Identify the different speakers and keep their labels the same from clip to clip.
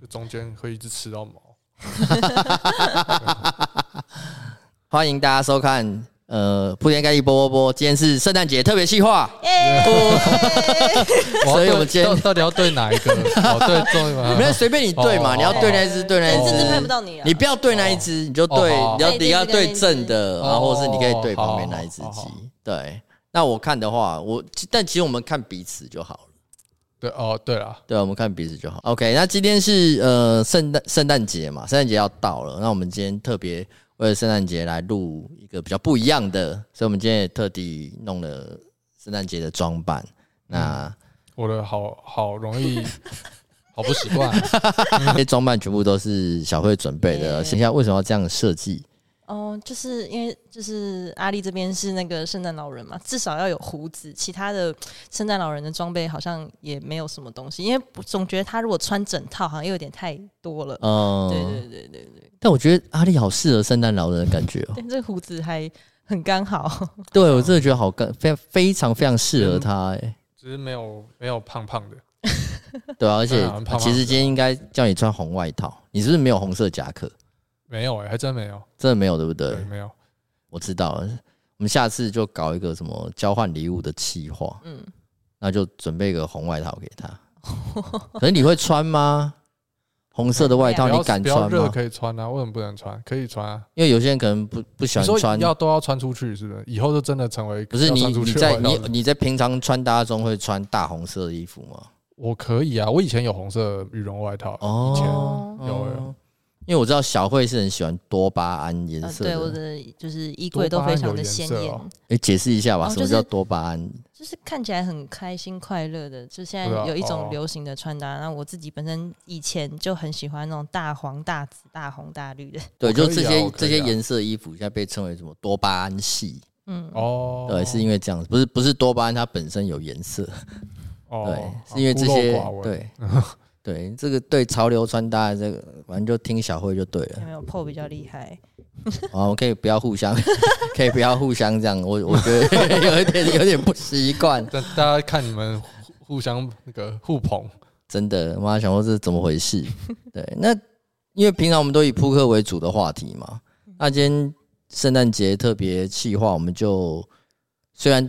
Speaker 1: 就中间会一直吃到毛。
Speaker 2: 欢迎大家收看，呃，铺天盖地波波波，今天是圣诞节特别企划，
Speaker 3: 哦
Speaker 4: 耶！
Speaker 2: 所以我们今天
Speaker 3: 到到底要对哪一 个？哦，对，终于
Speaker 2: 没有随便你对嘛，
Speaker 3: 哦
Speaker 2: 你要对那一只，对那
Speaker 4: 但
Speaker 2: 一
Speaker 4: 甚至拍不
Speaker 2: 只，
Speaker 4: 到你了，
Speaker 2: 你不要对那一只，你就对，
Speaker 3: 哦好
Speaker 2: 你要
Speaker 4: 对
Speaker 2: 你要
Speaker 4: 对对
Speaker 2: 对正的，
Speaker 3: 对
Speaker 2: 然后或是你可以
Speaker 3: 哦
Speaker 2: 对旁边那一只
Speaker 1: 好好
Speaker 2: 鸡
Speaker 1: 好，
Speaker 2: 对。那我看的话，我但其实我们看彼此就好了。
Speaker 1: 对哦，对啦，
Speaker 2: 对，我们看彼此就好。OK，那今天是呃圣诞圣诞节嘛，圣诞节要到了，那我们今天特别为了圣诞节来录一个比较不一样的，所以我们今天也特地弄了圣诞节的装扮。那
Speaker 1: 我的好好容 易
Speaker 3: 好不习惯，
Speaker 2: 这些装扮全部都是小慧准备的，
Speaker 4: 耶
Speaker 2: 想一下为什么要这样设计？
Speaker 4: 哦，就是因为就是阿丽这边是那个圣诞老人嘛，至少要有胡子，其他的圣诞老人的装备好像也没有什么东西，因为我总觉得他如果穿整套好像又有点太多了。
Speaker 2: 嗯，
Speaker 4: 对对对对对，
Speaker 2: 但我觉得阿丽好适合圣诞老人的感觉哦。
Speaker 4: 但这胡子还很刚好。
Speaker 2: 对我真的觉得好干，非常非常非常适
Speaker 4: 嗯
Speaker 2: 合他、哎。
Speaker 1: 只是没有没有胖胖的，
Speaker 2: 对啊，而且
Speaker 1: 对啊很胖
Speaker 2: 其实
Speaker 1: 胖
Speaker 2: 今天应该叫你穿红外套，你是不是没有红色夹克？
Speaker 1: 没有哎、还真没有，
Speaker 2: 真的没有，对不对？
Speaker 1: 对，没有。
Speaker 2: 我知道了，我们下次就搞一个什么交换礼物的企划，
Speaker 4: 嗯，
Speaker 2: 那就准备一个红外套给 他。可是你会穿吗？红色的外套
Speaker 1: 不
Speaker 2: 你
Speaker 1: 要
Speaker 2: 敢
Speaker 1: 不要
Speaker 2: 穿
Speaker 1: 热
Speaker 2: 吗？
Speaker 1: 可以穿啊，为什么不能穿？可以穿啊。
Speaker 2: 因为有些人可能不不喜
Speaker 1: 你
Speaker 2: 欢
Speaker 1: 说
Speaker 2: 穿，
Speaker 1: 要都要穿出去，是不是？以后就真的成为
Speaker 2: 不是
Speaker 1: 要
Speaker 2: 你
Speaker 1: 穿出
Speaker 2: 你
Speaker 1: 去的
Speaker 2: 在
Speaker 1: 外套
Speaker 2: 你
Speaker 1: 了
Speaker 2: 你在平常穿搭中会穿大红色的衣服吗？
Speaker 1: 我可以啊，我以前有红色羽绒外套，以
Speaker 4: 嗯
Speaker 1: 前
Speaker 2: 哦，
Speaker 1: 有
Speaker 2: 哦因为我知道小慧是很喜欢多巴胺颜
Speaker 4: 啊，
Speaker 2: 色
Speaker 4: 对，我
Speaker 2: 的。
Speaker 4: 的就是衣柜都非常的鲜
Speaker 1: 多巴胺有
Speaker 4: 艳，
Speaker 1: 颜色哦
Speaker 2: 哎，解释一下吧，
Speaker 4: 哦
Speaker 2: 什么
Speaker 4: 就是
Speaker 2: 叫多巴胺？
Speaker 4: 就是看起来很开心快乐的。就现
Speaker 1: 对啊
Speaker 4: 在有一种
Speaker 1: 哦
Speaker 4: 流行的穿搭，那我自己本身以前就很喜欢那种大黄、大紫、大红、大绿的。
Speaker 2: 对，
Speaker 1: 我
Speaker 2: 就
Speaker 1: 可以
Speaker 2: 这
Speaker 1: 啊
Speaker 2: 些
Speaker 1: 我
Speaker 2: 这
Speaker 1: 可以
Speaker 2: 些
Speaker 1: 啊
Speaker 2: 颜色的衣服现在被称为什么多巴胺系？
Speaker 4: 嗯，
Speaker 1: 哦，
Speaker 2: 对，是因为这样，不是不是多巴胺它本身有颜色，对
Speaker 1: 哦，，
Speaker 2: 是因为这些
Speaker 1: 孤陋寡闻，
Speaker 2: 对 对，这个对潮流穿搭的这个，反正就听小慧就对了
Speaker 4: 有。没有破比较厉害？
Speaker 2: 啊，我可以不要互相， 可以不要互相这样，我我觉得 有一点有点不习惯，
Speaker 1: 但大家看你们互互相那个互捧，
Speaker 2: 真的，妈想说这是怎么回事？对，那因为平常我们都以扑克为主的话题嘛，那今天圣诞节特别企划，我们就虽然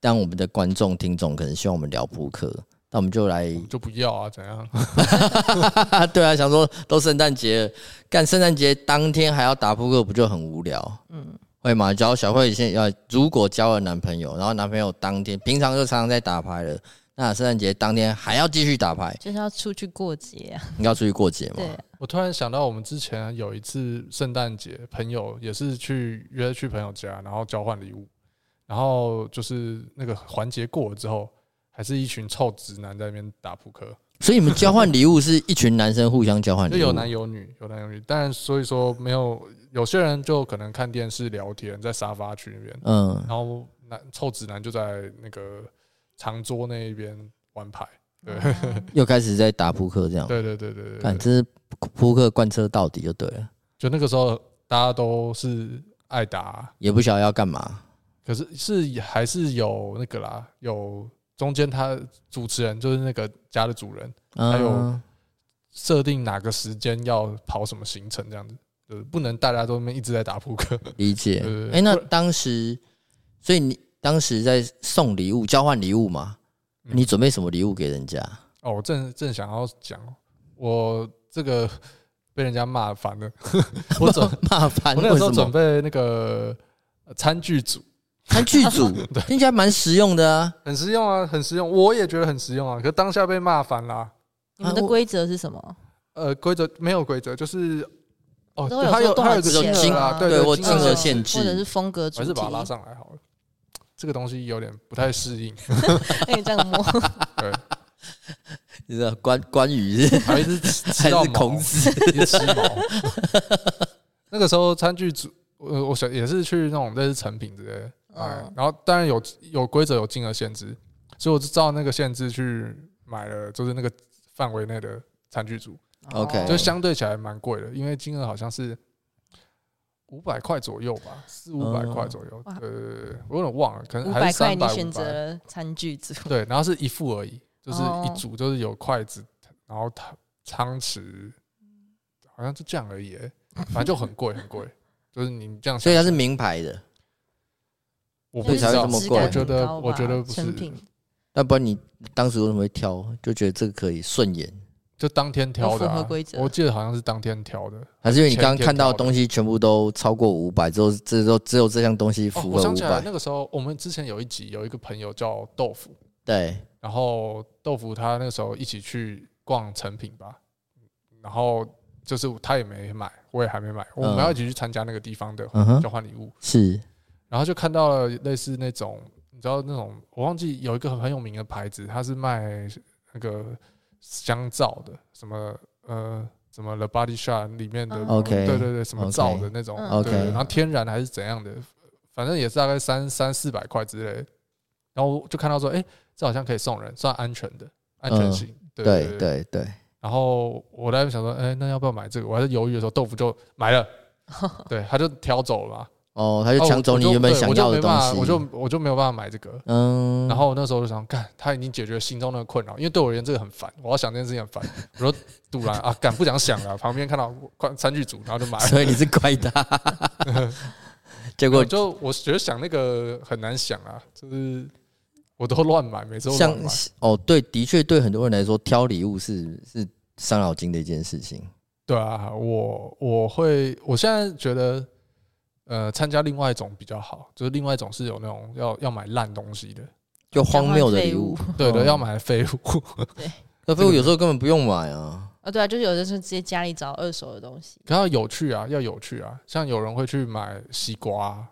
Speaker 2: 当我们的观众听众可能希望我们聊扑克，那我们就来
Speaker 1: 我们就不要啊，怎样？
Speaker 2: 啊，对啊，想说都圣诞节了，干圣诞节当天还要打扑克，不就很无聊？
Speaker 4: 嗯，
Speaker 2: 会吗？只要小慧现在要，如果交了男朋友，然后男朋友当天平常就常常在打牌了，那圣诞节当天还要继续打牌，
Speaker 4: 就是要出去过节啊。
Speaker 2: 你要出去过节嘛
Speaker 4: 对？啊，
Speaker 1: 我突然想到，我们之前有一次圣诞节，朋友也是去约去朋友家，然后交换礼物，然后就是那个环节过了之后，还是一群臭直男在那边打扑克，
Speaker 2: 所以你们交换礼物是一群男生互相交换礼
Speaker 1: 就
Speaker 2: 物，
Speaker 1: 有男有女，有男有女，但所以说没有有些人就可能看电视聊天，在沙发区那边，
Speaker 2: 嗯，
Speaker 1: 然后男臭直男就在那个长桌那一边玩牌， 对、
Speaker 2: 又开始在打扑克这样，
Speaker 1: 对对对对对
Speaker 2: 看
Speaker 1: 对，
Speaker 2: 真是扑克贯彻到底就对了，
Speaker 1: 就那个时候大家都是爱打。
Speaker 2: 也不晓得要干嘛。
Speaker 1: 可是是还是有那个啦，有中间他主持人就是那个家的主人
Speaker 2: 嗯、
Speaker 1: 还有设定哪个时间要跑什么行程这样子，就是不能大家都那么一直在打扑克。
Speaker 2: 理解
Speaker 1: 对对。
Speaker 2: 哎、
Speaker 1: 对
Speaker 2: 那
Speaker 1: 不然
Speaker 2: 当时，所以你当时在送礼物、交换礼物嘛？
Speaker 1: 嗯
Speaker 2: 你准备什么礼物给人家？
Speaker 1: 哦，我正正想要讲，我这个被人家骂烦了， 我准
Speaker 2: 麻烦
Speaker 1: 我那个
Speaker 2: 为
Speaker 1: 时
Speaker 2: 什
Speaker 1: 候准
Speaker 2: 么？
Speaker 1: 备那个呃餐具组。
Speaker 2: 餐具 组听起来蛮实用的啊。
Speaker 1: 很实用啊，很实用，我也觉得很实用啊。可当下被骂烦啦。
Speaker 2: 啊
Speaker 4: 你们的规则是 什么？
Speaker 1: 呃，规则没有规则，就是哦，
Speaker 4: 都有
Speaker 1: 它有
Speaker 4: 说多
Speaker 1: 它
Speaker 4: 少
Speaker 1: 有一个
Speaker 2: 钱
Speaker 1: 金额
Speaker 4: 啊
Speaker 1: 啊，对
Speaker 2: 对我
Speaker 1: 金
Speaker 2: 金额
Speaker 1: 额
Speaker 2: 限制
Speaker 4: 或者是风格主
Speaker 1: 还
Speaker 4: 题
Speaker 1: 是？把它拉上来好了。这个东西有点不太适 应，
Speaker 4: 可以这样摸。
Speaker 1: 对，
Speaker 2: 你知道关关羽是
Speaker 1: 还是吃
Speaker 2: 还
Speaker 1: 吃到
Speaker 2: 是
Speaker 1: 毛
Speaker 2: 孔，子？
Speaker 1: 一直吃毛。那个时候餐具组，呃，我想也是去那种类似成品之类的，哎
Speaker 4: 嗯，
Speaker 1: 然后当然有有规则有金额限制，所以我就照那个限制去买了，就是那个范围内的餐具组，
Speaker 2: OK
Speaker 1: 就相对起来蛮贵的，因为金额好像是五百块左右吧，四五百
Speaker 2: 嗯
Speaker 1: 块左右，
Speaker 4: 哇
Speaker 1: 对对对，我有点忘了，可能
Speaker 4: 五
Speaker 1: 还
Speaker 4: 百
Speaker 1: 是
Speaker 4: 块，
Speaker 1: 三
Speaker 4: 你
Speaker 1: 百
Speaker 4: 选
Speaker 1: 五
Speaker 4: 择
Speaker 1: 百。
Speaker 4: 了餐具组。
Speaker 1: 对，然后是一副而已，就是
Speaker 4: 哦
Speaker 1: 一组，就是有筷子，然后汤汤匙，好像就这样而已、欸，反正就很贵很贵，就是你这样想，
Speaker 2: 所以它是名牌的，
Speaker 1: 我不
Speaker 4: 就是
Speaker 1: 知道
Speaker 2: 这么
Speaker 4: 质
Speaker 2: 贵
Speaker 4: 感
Speaker 2: 我
Speaker 1: 觉得
Speaker 4: 很高吧
Speaker 1: 我觉得不是
Speaker 4: 成品
Speaker 2: 那不然你当时为什么会挑？就觉得这个可以顺眼，
Speaker 1: 就当天挑的、
Speaker 4: 有符合
Speaker 1: 啊
Speaker 4: 规，则
Speaker 1: 我记得好像是当天挑的。
Speaker 2: 还是因为你刚刚
Speaker 1: 前天
Speaker 2: 看到
Speaker 1: 挑
Speaker 2: 的
Speaker 1: 的
Speaker 2: 东西全部都超过五百之后，这都只有这项东西
Speaker 1: 哦，
Speaker 2: 符
Speaker 1: 我
Speaker 2: 合
Speaker 1: 想
Speaker 2: 五
Speaker 1: 起来
Speaker 2: 百、
Speaker 1: 那个时候，我们之前有一集有一个朋友叫豆腐，
Speaker 2: 对，
Speaker 1: 然后豆腐他那个时候一起去逛成品吧，然后就是他也没买，我也还没买，我们要一起去参加那个地方的
Speaker 2: 嗯哼
Speaker 1: 交换礼物，
Speaker 2: 是，
Speaker 1: 然后就看到了类似那种，你知道那种，我忘记有一个很很有名的牌子，它是卖那个香皂的，什么呃什么 The Body Shop 里面的
Speaker 4: 嗯
Speaker 2: OK
Speaker 1: 对对对，什么
Speaker 2: OK
Speaker 1: 皂的那种
Speaker 4: 嗯
Speaker 1: 对对
Speaker 2: 哦 OK
Speaker 1: 然后天然还是怎样的，反正也是大概三三四百块之类的，然后就看到说，哎、这好像可以送人，算安全的，安全
Speaker 2: 嗯
Speaker 1: 性，对
Speaker 2: 对
Speaker 1: 对。
Speaker 2: 对对，
Speaker 1: 然后我在那边想说，哎、那要不要买这个？我还在犹豫的时候，豆腐就买 了，对，他就挑走了嘛。
Speaker 2: 哦，他就抢走你原本想要的东
Speaker 1: 哦
Speaker 2: 西，
Speaker 1: 我就对我就没办法我就我就没有办法买这个。
Speaker 2: 嗯，
Speaker 1: 然后那时候就想，干，他已经解决心中的困扰，因为对我而言这个很烦，我要想这件事情很烦。我说堵然啊，干不想想了。旁边看到快餐具组，然后就买了。
Speaker 2: 所以你是 怪他，结果
Speaker 1: 我就我觉得想那个很难想啊，就是我都乱买，每次都
Speaker 2: 像
Speaker 1: 乱买。
Speaker 2: 哦，对，的确对很多人来说，挑礼物是是伤脑筋的一件事情。
Speaker 1: 对啊，我我会，我现在觉得，呃，参加另外一种比较好，就是另外一种是有那种要要买烂东西的，
Speaker 2: 就荒谬的礼
Speaker 4: 交换
Speaker 2: 物，
Speaker 1: 对的，
Speaker 2: 嗯
Speaker 1: 要买废物。
Speaker 2: 那废物有时候根本不用买啊。
Speaker 4: 啊，对啊，就是有的时候直接家里找二手的东西
Speaker 1: 可要有趣啊，要有趣啊。像有人会去买西瓜啊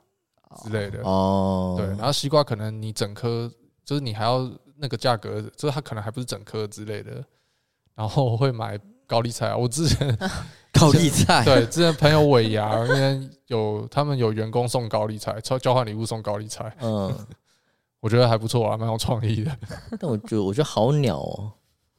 Speaker 4: 哦
Speaker 1: 之类的，
Speaker 2: 哦，
Speaker 1: 对。然后西瓜可能你整颗，就是你还要那个价格，就是它可能还不是整颗之类的。然后会买高丽菜啊，我之 前
Speaker 2: 高丽菜，
Speaker 1: 对之前朋友尾牙，因为有他们有员工送高丽菜，交交换礼物送高丽菜，
Speaker 2: 嗯，
Speaker 1: 我觉得还不错啊，蛮有创意的。
Speaker 2: 但我觉得我觉得好鸟哦。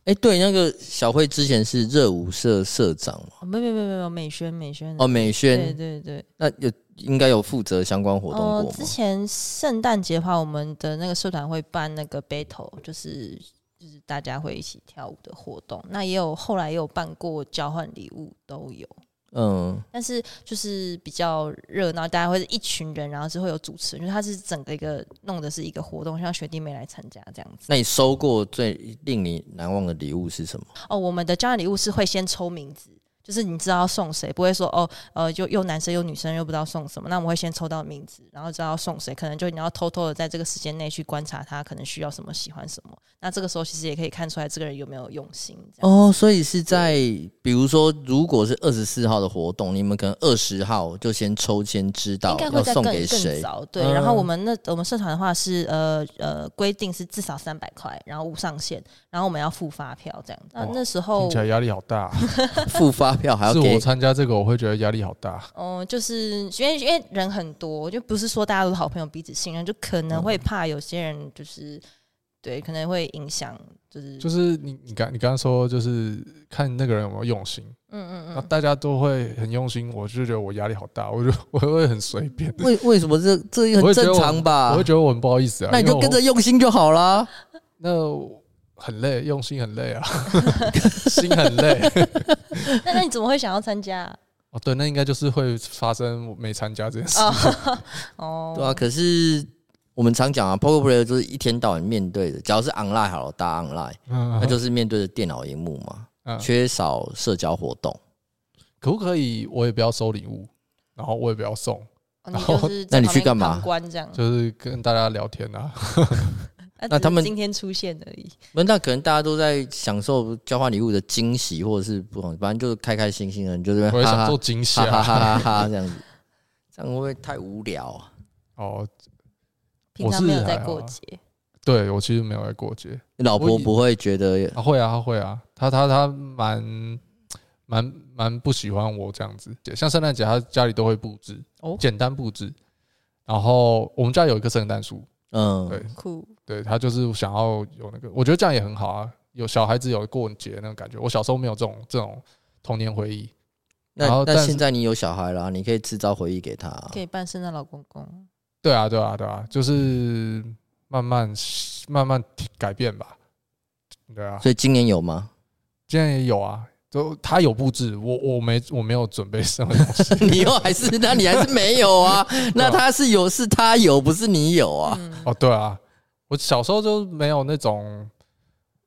Speaker 2: 哎，对，那个小慧之前是热舞社社长嘛
Speaker 4: 哦没有没有没有没有美宣美宣
Speaker 2: 哦，美
Speaker 4: 嗯对
Speaker 2: 宣，
Speaker 4: 对对，
Speaker 2: 那有应该有负责相关活动
Speaker 4: 哦，
Speaker 2: 过
Speaker 4: 之
Speaker 2: 吗？
Speaker 4: 前圣诞节的话，我们的那个社团会办那个 battle，就是就是大家会一起跳舞的活动。那也有后来也有办过交换礼物，都有。
Speaker 2: 嗯，
Speaker 4: 但是就是比较热闹，大家会是一群人，然后是会有主持人，就是他是整个一个弄的是一个活动，像学弟妹来参加这样子。
Speaker 2: 那你收过最令你难忘的礼物是什么？
Speaker 4: 哦，我们的交换礼物是会先抽名字。就是你知道要送谁，不会说哦，呃，就又男生又女生又不知道送什么，那我们会先抽到名字，然后知道要送谁，可能就你要偷偷的在这个时间内去观察他可能需要什么、喜欢什么，那这个时候其实也可以看出来这个人有没有用心。这样
Speaker 2: 哦，所以是在比如说，如果是二十四号的活动，你们可能二十号就先抽签知道
Speaker 4: 应该
Speaker 2: 哦
Speaker 4: 会
Speaker 2: 要
Speaker 4: 在
Speaker 2: 送
Speaker 4: 更
Speaker 2: 给
Speaker 4: 更
Speaker 2: 谁。
Speaker 4: 早，对。
Speaker 2: 嗯
Speaker 4: 然后我们那我们社团的话是呃呃规定是至少三百块，然后无上限，然后我们要付发票这样。那
Speaker 1: 哇
Speaker 4: 那时
Speaker 1: 听
Speaker 4: 候
Speaker 1: 起，来压力好大啊，
Speaker 2: 付发票哦还要
Speaker 1: 是我
Speaker 2: 给
Speaker 1: 参加这个，我会觉得压力好大。
Speaker 4: 嗯、就是因为因为人很多，就不是说大家都是好朋友，彼此信任，就可能
Speaker 2: 嗯
Speaker 4: 会怕有些人就是对，可能会影响，就是
Speaker 1: 就是你你刚你刚刚说，就是看那个人有没有用心，
Speaker 4: 嗯嗯
Speaker 1: 那
Speaker 2: 啊
Speaker 4: 嗯。
Speaker 1: 大家都会很用心，我就觉得我压力好大，我就 我会很随便，
Speaker 2: 为为什么这这也
Speaker 1: 我
Speaker 2: 很
Speaker 1: 会觉得
Speaker 2: 正常吧？
Speaker 1: 我会觉得我很不好意思啊。
Speaker 2: 那你就
Speaker 1: 因为
Speaker 2: 跟
Speaker 1: 我
Speaker 2: 着用心就好啦。
Speaker 1: 那我很累，用心很累啊， 心很累。
Speaker 4: 那那你怎么会想要参加啊？
Speaker 1: 哦，对，那应该就是会发生我没参加这件
Speaker 2: 啊
Speaker 1: 事。
Speaker 4: 哦哦，
Speaker 2: 对啊，可是我们常讲啊，poker player 就是一天到晚面对的，只要是 online 好了，大 online，
Speaker 1: 嗯
Speaker 2: 那就是面对着电脑荧幕嘛，
Speaker 1: 嗯
Speaker 2: 缺少社交活动。
Speaker 1: 可不可以？我也不要收礼物，然后我也不要送，
Speaker 4: 哦你就是
Speaker 2: 那
Speaker 4: 在
Speaker 2: 你
Speaker 4: 旁
Speaker 2: 去
Speaker 4: 边
Speaker 2: 干嘛
Speaker 4: 旁观
Speaker 2: 嗯
Speaker 4: 这样，
Speaker 1: 就是跟大家聊天 啊。
Speaker 4: 那
Speaker 2: 那
Speaker 4: 只是
Speaker 2: 他们
Speaker 4: 今天出现而已。
Speaker 2: 那那可能大家都在享受交换礼物的惊喜，或者是不同，反正就是开开心心的，你就这边
Speaker 1: 我也
Speaker 2: 哈哈
Speaker 1: 想做惊喜
Speaker 2: 哈哈
Speaker 1: 啊。
Speaker 2: 哈哈哈这样子，这样会不会太无聊啊？
Speaker 1: 哦，
Speaker 4: 平
Speaker 1: 我
Speaker 4: 常
Speaker 1: 是
Speaker 4: 没有
Speaker 1: 还
Speaker 4: 在
Speaker 1: 好
Speaker 4: 过
Speaker 1: 啊
Speaker 4: 节，
Speaker 1: 对我其实没有在过节。
Speaker 2: 你老
Speaker 1: 我
Speaker 2: 婆
Speaker 1: 以
Speaker 2: 不会觉得
Speaker 1: 啊，会啊，他会啊，他他他蛮蛮蛮不喜欢我这样子。像圣诞节，他家里都会布置，
Speaker 4: 哦
Speaker 1: 简单布置。然后我们家有一棵圣诞树，
Speaker 2: 嗯
Speaker 1: 对
Speaker 4: 酷，
Speaker 1: 对他就是想要有那个，我觉得这样也很好啊。有小孩子有过节那种感觉，我小时候没有这种这种童年回忆。然
Speaker 2: 那
Speaker 1: 后但
Speaker 2: 那
Speaker 1: 是
Speaker 2: 现在你有小孩啦，你可以制造回忆给他啊、
Speaker 4: 可以扮圣诞老公 公。
Speaker 1: 对啊，对啊，对啊，就是慢慢慢慢改变吧。对啊，
Speaker 2: 所以今年有吗？
Speaker 1: 今天也有啊，就他有布置，我我没我没有准备什么东西，
Speaker 2: 你又还是那你还是没有啊？ 那他是有是他有，不是你有啊？
Speaker 4: 嗯
Speaker 1: 哦，对啊，我小时候就没有那种，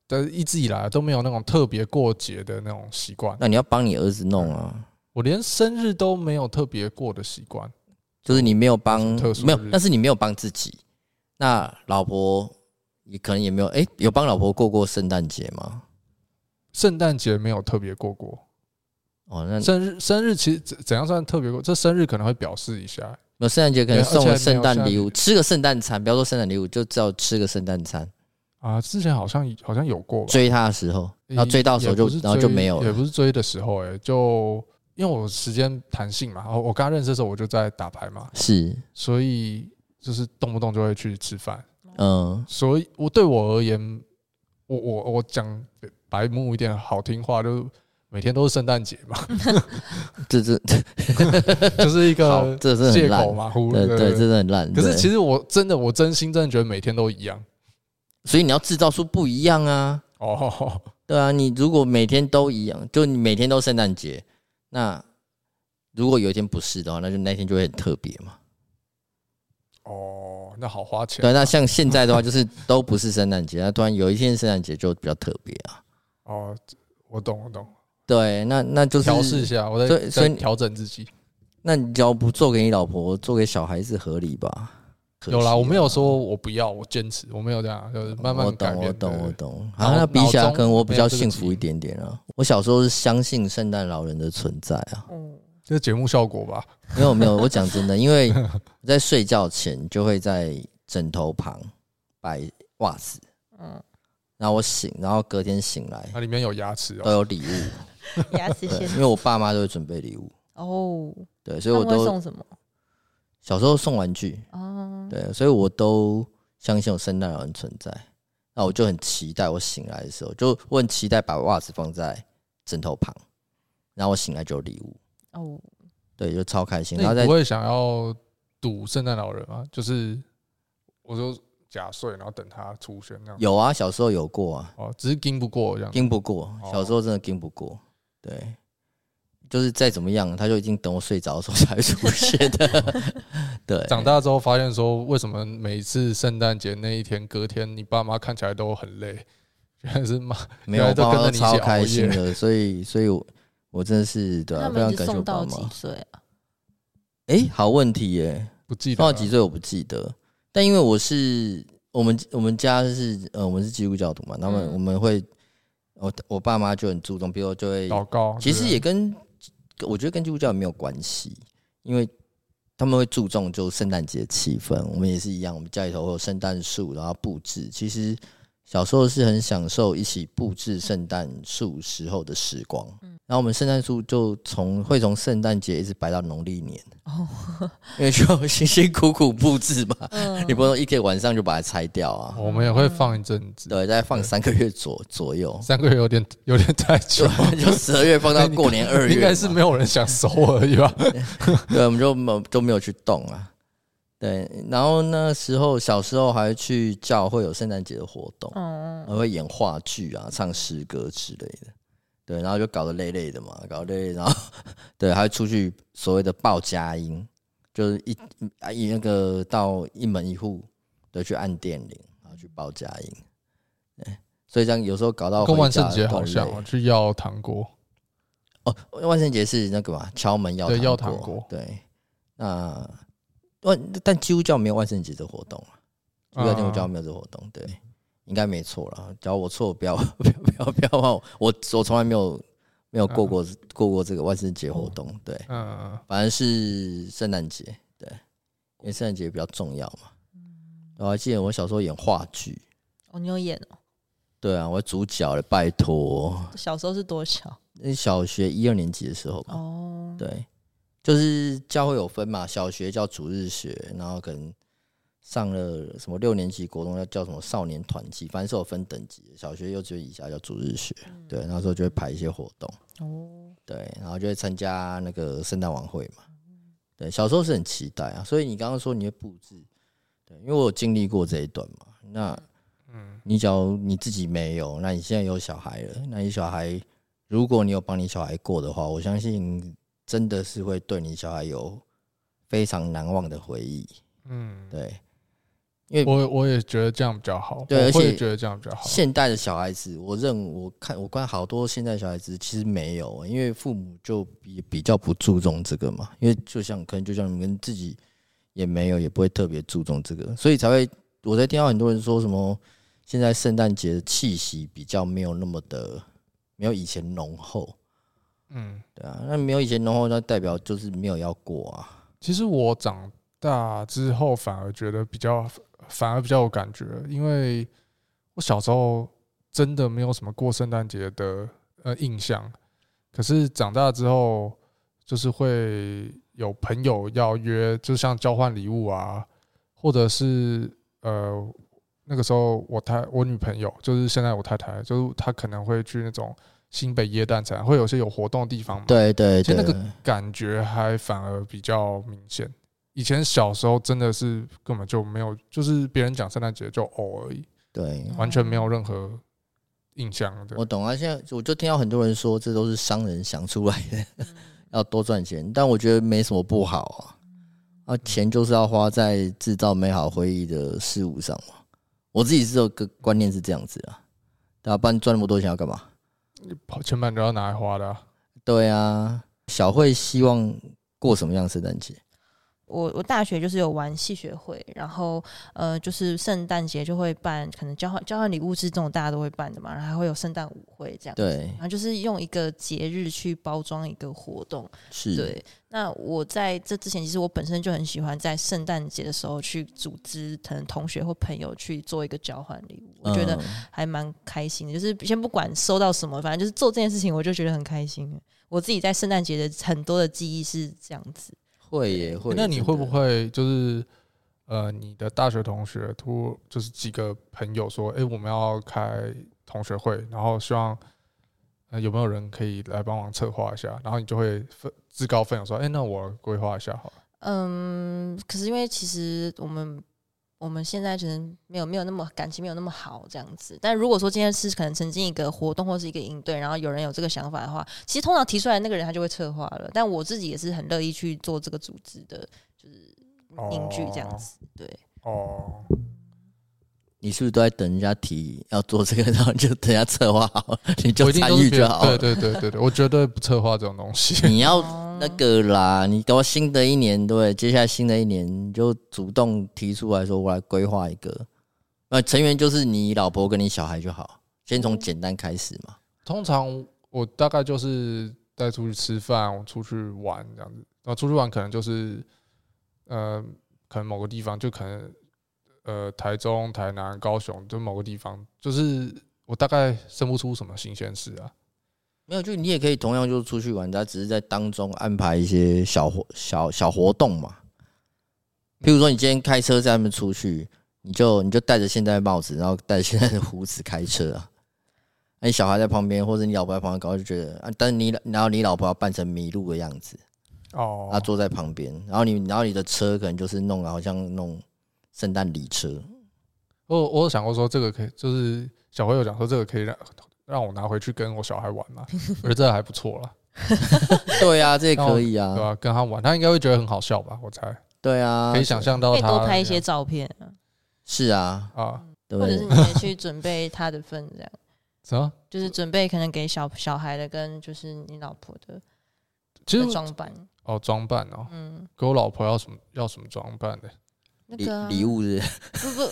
Speaker 1: 的一直以来都没有那种特别过节的那种习惯，
Speaker 2: 那你要帮你儿子弄啊，
Speaker 1: 我连生日都没有特别过的习惯。
Speaker 2: 就是你没有帮
Speaker 1: 特殊日
Speaker 2: 没有，但是你没有帮自己。那老婆也可能也没有，哎、有帮老婆过过圣诞节吗？
Speaker 1: 圣诞节没有特别过过，
Speaker 2: 哦，那
Speaker 1: 生日生日其实怎怎样算特别过？这生日可能会表示一下，
Speaker 2: 没有圣诞节可
Speaker 1: 对而
Speaker 2: 能
Speaker 1: 且还
Speaker 2: 送
Speaker 1: 没
Speaker 2: 了
Speaker 1: 有
Speaker 2: 圣诞礼物，
Speaker 1: 圣诞
Speaker 2: 吃个圣诞餐，不要说圣诞礼物，就只要吃个圣诞餐。
Speaker 1: 啊，之前好像好像有过吧，
Speaker 2: 追他的时候，然后追到手就
Speaker 1: 也不是
Speaker 2: 然后就
Speaker 1: 追
Speaker 2: 没有
Speaker 1: 也
Speaker 2: 了。
Speaker 1: 不是追的时候、欸，就因为我时间弹性嘛，我我刚认识的时候我就在打牌嘛，
Speaker 2: 是，
Speaker 1: 所以就是动不动就会去吃饭，
Speaker 2: 嗯，
Speaker 1: 所以我对我而言，我我我讲白目一点好听话，就是每天都是圣诞节嘛，
Speaker 2: 这这
Speaker 1: 就是一
Speaker 2: 好
Speaker 1: 个
Speaker 2: 这是很
Speaker 1: 借
Speaker 2: 烂
Speaker 1: 口马虎，
Speaker 2: 对
Speaker 1: 对
Speaker 2: 对，真的很烂。
Speaker 1: 可是
Speaker 2: 对
Speaker 1: 其实我真的我真心真的觉得每天都一样
Speaker 2: 所以你要制造出不一样啊，
Speaker 1: 哦，
Speaker 2: 对啊，你如果每天都一样，就你每天都圣诞节，那如果有一天不是的话，那就那天就会很特别嘛。
Speaker 1: 哦，那好花钱。
Speaker 2: 对啊，那像现在的话，就是都不是圣诞节，那突然有一天圣诞节就比较特别啊。
Speaker 1: 哦，我懂，我懂，
Speaker 2: 对，那那就是
Speaker 1: 调试一下，我
Speaker 2: 所
Speaker 1: 在
Speaker 2: 以所
Speaker 1: 在
Speaker 2: 以你
Speaker 1: 调整自己。
Speaker 2: 那你只要不做给你老婆，做给小孩子合理吧？可惜
Speaker 1: 有啦，
Speaker 2: 啊
Speaker 1: 我没有说我不要，我坚持，我没有这样，就是慢慢
Speaker 2: 我
Speaker 1: 改
Speaker 2: 懂，
Speaker 1: 变。
Speaker 2: 我懂，
Speaker 1: 对
Speaker 2: 我
Speaker 1: 对
Speaker 2: 懂。
Speaker 1: 脑
Speaker 2: 啊，那比起来，
Speaker 1: 脑中
Speaker 2: 可能我比较
Speaker 1: 没有这个
Speaker 2: 幸福一点点啊。我小时候是相信圣诞老人的存在啊，
Speaker 4: 嗯
Speaker 1: 这是节目效果吧？
Speaker 2: 没有没有，我讲真的，因为 我在睡觉前就会在枕头旁摆袜子，
Speaker 4: 嗯，
Speaker 2: 然后我醒，然后隔天醒来
Speaker 1: 它里面有牙齿
Speaker 2: 都
Speaker 1: 哦，
Speaker 2: 有礼物，
Speaker 4: 牙齿
Speaker 2: 对
Speaker 4: 线，
Speaker 2: 因为我爸妈都会准备礼物，
Speaker 4: 哦，
Speaker 2: 对，所
Speaker 4: 他
Speaker 2: 以我
Speaker 4: 们
Speaker 2: 都
Speaker 4: 会送什么？
Speaker 2: 小时候送玩具，
Speaker 4: 哦，
Speaker 2: 对，所以我都相信有圣诞老人存在。那我就很期待，我醒来的时候就我很期待把袜子放在枕头旁，然后我醒来就有礼物，
Speaker 4: 哦，
Speaker 2: 对，就超开心。然
Speaker 1: 那
Speaker 2: 后
Speaker 1: 你
Speaker 2: 再
Speaker 1: 不会想要赌圣诞老人吗？就是我就假睡，然后等他出现那样。
Speaker 2: 有啊，小时候有过啊，
Speaker 1: 哦，只是盯不过这样。
Speaker 2: 盯不过，
Speaker 1: 哦
Speaker 2: 小时候真的盯不过，对，就是再怎么样，他就已经等我睡着的时候才会出现的， 对，
Speaker 1: 长大之后发现说，为什么每一次圣诞节那一天，隔天你爸妈看起来都很累，原来是妈
Speaker 2: 没
Speaker 1: 原
Speaker 2: 有，我
Speaker 1: 来都
Speaker 2: 爸
Speaker 1: 跟着
Speaker 2: 妈都
Speaker 1: 你一起熬
Speaker 2: 超
Speaker 1: 夜
Speaker 2: 开心的，所以，所以我我真的是对、
Speaker 4: 那
Speaker 2: 啊，非
Speaker 4: 他们
Speaker 2: 常
Speaker 4: 一直
Speaker 2: 感谢我
Speaker 4: 送
Speaker 2: 爸
Speaker 4: 到
Speaker 2: 妈
Speaker 4: 几。岁啊？
Speaker 2: 哎、好问题耶、
Speaker 1: 不记得
Speaker 2: 送
Speaker 1: 了
Speaker 2: 到几岁我不记得，但因为我是我们我们家是呃我们是基督教徒嘛，那么
Speaker 4: 嗯
Speaker 2: 我们会我我爸妈就很注重，比如说就会
Speaker 1: 祷告，
Speaker 2: 其实
Speaker 1: 哦对啊
Speaker 2: 也跟我觉得跟基督教也没有关系，因为他们会注重就圣诞节气氛，我们也是一样，我们家里头会有圣诞树，然后布置。其实小时候是很享受一起布置圣诞树时候的时光，
Speaker 4: 嗯
Speaker 2: 然后我们圣诞树就从会从圣诞节一直摆到农历年，
Speaker 4: 哦，
Speaker 2: 因为就辛辛苦苦布置嘛，
Speaker 4: 嗯
Speaker 2: 啊 你不能一个晚上就把它拆掉啊，
Speaker 1: 我们也会放一阵子，
Speaker 2: 对，再放三个月左左右
Speaker 1: ，三个月有点有点太久
Speaker 2: 就，就十二月放到过年二月嘛，
Speaker 1: 应该是没有人想收而已吧？
Speaker 2: 对，我们就没有就没有去动啊。对，然后那时候小时候还会去教会有圣诞节的活动，还
Speaker 4: 嗯，
Speaker 2: 会演话剧啊、唱诗歌之类的。对，然后就搞得累累的嘛，搞得累累，然后 对，还会出去所谓的报佳音，就是一啊一那个到一门一户的去按电铃，然后去报佳音。对，所以这样有时候搞到
Speaker 1: 跟
Speaker 2: 回
Speaker 1: 万
Speaker 2: 家
Speaker 1: 圣节
Speaker 2: 都
Speaker 1: 好像
Speaker 2: 累
Speaker 1: 哦，去要糖果，
Speaker 2: 哦，万圣节是那个嘛，敲门要
Speaker 1: 对要
Speaker 2: 糖
Speaker 1: 糖果
Speaker 2: 对，那万但基督教没有万圣节这活动啊，基督教、天主教
Speaker 1: 嗯
Speaker 2: 没有这活动，对，应该没错啦。只要我错，不要 不要不要不要忘我，我我从来没有没有过过、过过这个万圣节活动，对，
Speaker 1: 嗯，
Speaker 2: 反而是圣诞节，对，因为圣诞节比较重要嘛。我还记得我小时候演话剧，
Speaker 4: 哦，你有演哦？
Speaker 2: 对啊，我主角了，拜托，
Speaker 4: 小时候是多小？
Speaker 2: 那小学一二年级的时候吧，
Speaker 4: 哦，
Speaker 2: 对，就是教会有分嘛，小学叫主日学，然后可能上了什么六年级国中要叫什么少年团契，反正是有分等级的，小学、幼稚园以下叫主日学。
Speaker 4: 嗯
Speaker 2: 对，那时候就会排一些活动，
Speaker 4: 哦，
Speaker 2: 对，然后就会参加那个圣诞晚会嘛。对，小时候是很期待啊，所以你刚刚说你会布置，对，因为我有经历过这一段嘛。那，嗯，你假如你自己没有，那你现在有小孩了，那你小孩如果你有帮你小孩过的话，我相信真的是会对你小孩有非常难忘的回忆。
Speaker 1: 嗯，
Speaker 2: 对，因为
Speaker 1: 我我也觉得这样比较好，
Speaker 2: 对而
Speaker 1: 我
Speaker 2: 且
Speaker 1: 会觉得这样比较好。
Speaker 2: 现代的小孩子，我认我看我观好多现代小孩子其实没有，因为父母就比比较不注重这个嘛，因为就像可能就像你们自己也没有，也不会特别注重这个，所以才会我在听到很多人说什么现在圣诞节的气息比较没有那么的没有以前浓厚，
Speaker 1: 嗯，
Speaker 2: 对啊，那没有以前浓厚，那代表就是没有要过啊，
Speaker 1: 其实我长大之后反而觉得比较，反而比较有感觉，因为我小时候真的没有什么过圣诞节的呃印象，可是长大之后就是会有朋友要约，就像交换礼物啊，或者是呃那个时候我太我女朋友就是现在我太太，就是她可能会去那种新北耶诞城，会有些有活动的地方嘛，
Speaker 2: 对对
Speaker 1: 其实
Speaker 2: 对
Speaker 1: 那个感觉还反而比较明显。以前小时候真的是根本就没有，就是别人讲圣诞节就偶而已，
Speaker 2: 对，
Speaker 1: 完全没有任何印象的
Speaker 2: 嗯我。懂啊，现在我就听到很多人说，这都是商人想出来的，
Speaker 4: 嗯
Speaker 2: 要多赚钱。但我觉得没什么不好
Speaker 4: 嗯
Speaker 2: 啊，啊，钱就是要花在制造美好回忆的事物上嘛。我自己是有个观念是这样子啊，对啊，不然赚那么多钱要干嘛？
Speaker 1: 前半都要拿来花的、啊，
Speaker 2: 对啊，小慧希望过什么样的圣诞节？
Speaker 4: 我我大学就是有玩戏学会，然后呃，就是圣诞节就会办，可能交换交换礼物是这种大家都会办的嘛，然后还会有圣诞舞会这样，
Speaker 2: 对
Speaker 4: 然，后就是用一个节日去包装一个活动。
Speaker 2: 是，
Speaker 4: 对，那我在这之前，其实我本身就很喜欢在圣诞节的时候去组织可能同学或朋友去做一个交换礼物，我觉得
Speaker 2: 嗯
Speaker 4: 还蛮开心的。就是先不管收到什么，反正就是做这件事情，我就觉得很开心了。我自己在圣诞节的很多的记忆是这样子，
Speaker 2: 会耶会耶。
Speaker 1: 那你
Speaker 2: 真
Speaker 1: 会
Speaker 2: 的
Speaker 1: 不？会就是呃，你的大学同学突就是几个朋友说，哎、我们要开同学会，然后希望呃有没有人可以来帮忙策划一下，然后你就会分自告奋勇说，哎、那我规划一下好了。
Speaker 4: 嗯，可是因为其实我们我们现在可能没有没有那么感情没有那么好这样子，但如果说今天是可能曾经一个活动或是一个营队，然后有人有这个想法的话，其实通常提出来那个人他就会策划了。但我自己也是很乐意去做这个组织的，就是凝聚这样子。对，
Speaker 2: 嗯
Speaker 1: 哦，
Speaker 2: 你是不是都在等人家提要做这个，然后就等人家策划好，你
Speaker 1: 我
Speaker 2: 就
Speaker 1: 一定
Speaker 2: 参
Speaker 1: 都是
Speaker 2: 与
Speaker 1: 别
Speaker 2: 就
Speaker 1: 人
Speaker 2: 好了？嗯
Speaker 1: 对对对对对，我绝对不策划这种东西。
Speaker 2: 你要
Speaker 4: 哦
Speaker 2: 那个啦，你搞新的一年，对不对？接下来新的一年，你就主动提出来说，我来规划一个。那成员就是你老婆跟你小孩就好，先从简单开始嘛。
Speaker 1: 通常我大概就是带出去吃饭，我出去玩这样子。然后出去玩可能就是，呃，可能某个地方就可能，呃，台中、台南、高雄，就某个地方，就是我大概生不出什么新鲜事啊。
Speaker 2: 没有，就你也可以同样就是出去玩，他只是在当中安排一些小活小小活动嘛。譬如说，你今天开车载他们出去，你就你就戴着现在的帽子，然后戴着现在的胡子开车啊。那你小孩在旁边，或者你老婆在旁边，搞就觉得啊，但是你然后你老婆要扮成迷路的样子。
Speaker 1: 哦
Speaker 2: 他坐在旁边，然后你，然后你的车可能就是弄好像弄圣诞礼车，
Speaker 1: 我我有想过说这个可以，就是小朋友讲说这个可以让让我拿回去跟我小孩玩 嘛，我觉得这还不错啦，
Speaker 2: 对啊，这也可以
Speaker 1: 对
Speaker 2: 啊，
Speaker 1: 吧、跟他玩，他应该会觉得很好笑吧？我猜，
Speaker 2: 对啊，
Speaker 1: 可以想象到
Speaker 4: 可以
Speaker 1: 他
Speaker 4: 多拍一
Speaker 1: 那
Speaker 4: 些
Speaker 1: 样
Speaker 4: 照片啊，
Speaker 2: 是啊，
Speaker 1: 啊
Speaker 2: 对不
Speaker 4: 或者是
Speaker 2: 对？
Speaker 4: 你也去准备他的份，这样
Speaker 1: 什么。
Speaker 4: 就是准备可能给小小孩的跟就是你老婆的
Speaker 1: 其
Speaker 4: 的
Speaker 1: 实
Speaker 4: 装扮，
Speaker 1: 哦，装扮哦，
Speaker 4: 嗯，
Speaker 1: 给我老婆要什么要什么装扮的？
Speaker 4: 那
Speaker 2: 礼
Speaker 4: 个啊
Speaker 2: 礼物是
Speaker 4: 不不。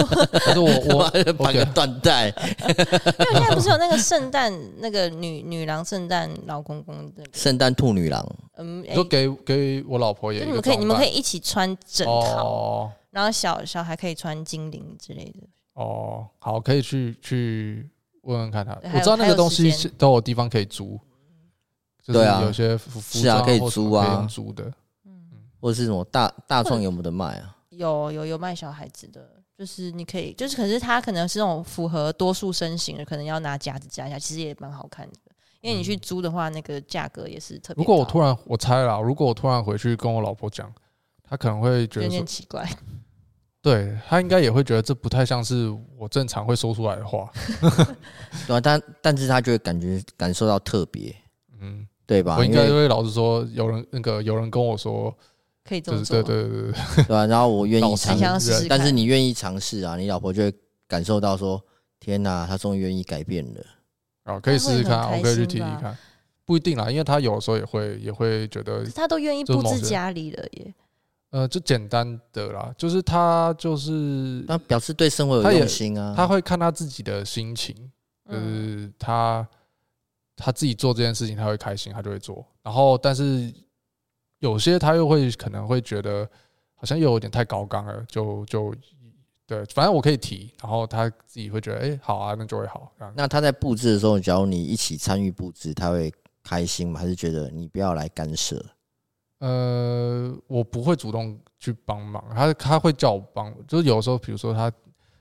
Speaker 1: 可是我我
Speaker 2: 不是绑
Speaker 1: 我给
Speaker 2: 个缎带，
Speaker 4: 因为现在不是有那个圣诞那个女女郎圣诞老公公的，
Speaker 2: 圣诞兔女郎，
Speaker 4: 嗯，
Speaker 1: 你
Speaker 4: 哎
Speaker 1: 说给给我老婆也
Speaker 4: 就
Speaker 1: 一个
Speaker 4: 你们可以你们可以
Speaker 1: 以
Speaker 4: 一起穿整套，
Speaker 1: 哦
Speaker 4: 然后小小孩可以穿精灵之类的。
Speaker 1: 哦，好，可以去去问问看他。
Speaker 4: 还有
Speaker 1: 我知道那个东
Speaker 4: 还
Speaker 1: 西
Speaker 4: 有时
Speaker 1: 是
Speaker 4: 间
Speaker 1: 都有地方可以租，就是
Speaker 2: 对啊
Speaker 1: 有些服服
Speaker 2: 是啊
Speaker 1: 装
Speaker 2: 可以
Speaker 1: 或什么
Speaker 2: 租啊
Speaker 1: 可以用租的。
Speaker 2: 或者是什么大大创有没有的卖啊？
Speaker 4: 有有有卖小孩子的，就是你可以，就是可是它可能是那种符合多数身形的，可能要拿夹子夹一下，其实也蛮好看的。因为你去租的话，那个价格也是特
Speaker 1: 嗯
Speaker 4: 别高。
Speaker 1: 如果我突然我猜啦，如果我突然回去跟我老婆讲，她可能会觉
Speaker 4: 有
Speaker 1: 得
Speaker 4: 点
Speaker 1: 说，
Speaker 4: 奇怪，
Speaker 1: 对他应该也会觉得这不太像是我正常会说出来的话，
Speaker 2: 对啊，但但是他就会感觉感受到特别，
Speaker 1: 嗯，
Speaker 2: 对吧？
Speaker 1: 我应
Speaker 2: 因
Speaker 1: 该
Speaker 2: 为
Speaker 1: 会老实说，有人那个有人跟我说，
Speaker 4: 可以这
Speaker 1: 就
Speaker 4: 么
Speaker 1: 是
Speaker 4: 做
Speaker 1: 对
Speaker 4: 吗，
Speaker 1: 对对对，
Speaker 2: 对吧、然后我愿意
Speaker 1: 老实
Speaker 2: 尝
Speaker 1: 人
Speaker 4: 很想要试试看，
Speaker 2: 但是你愿意尝试啊，你老婆就会感受到说：“天哪、他终于愿意改变了。
Speaker 1: 啊，可以试试看啊，
Speaker 4: 他会很
Speaker 1: 我可以去
Speaker 4: 开
Speaker 1: 提
Speaker 4: 心
Speaker 1: 提
Speaker 4: 吧
Speaker 1: 看，不一定啦，因为他有时候也会也会觉得
Speaker 4: 可是，他都愿意
Speaker 1: 就是
Speaker 4: 布
Speaker 1: 某
Speaker 4: 置
Speaker 1: 些
Speaker 4: 家里了耶，
Speaker 1: 呃，就简单的啦，就是他就是”
Speaker 4: 嗯
Speaker 2: 那表示对生活有
Speaker 1: 他也
Speaker 2: 用心啊。
Speaker 1: 他会看他自己的心情，就
Speaker 4: 嗯，
Speaker 1: 是他他自己做这件事情，他会开心，他就会做。然后，但是有些他又会可能会觉得好像又有点太高纲了，就就对，反正我可以提，然后他自己会觉得，哎、好啊，那就会好。这样
Speaker 2: 那他在布置的时候，假如你一起参与布置，他会开心吗？还是觉得你不要来干涉？
Speaker 1: 呃，我不会主动去帮忙，他他会叫我帮，就是有时候比如说他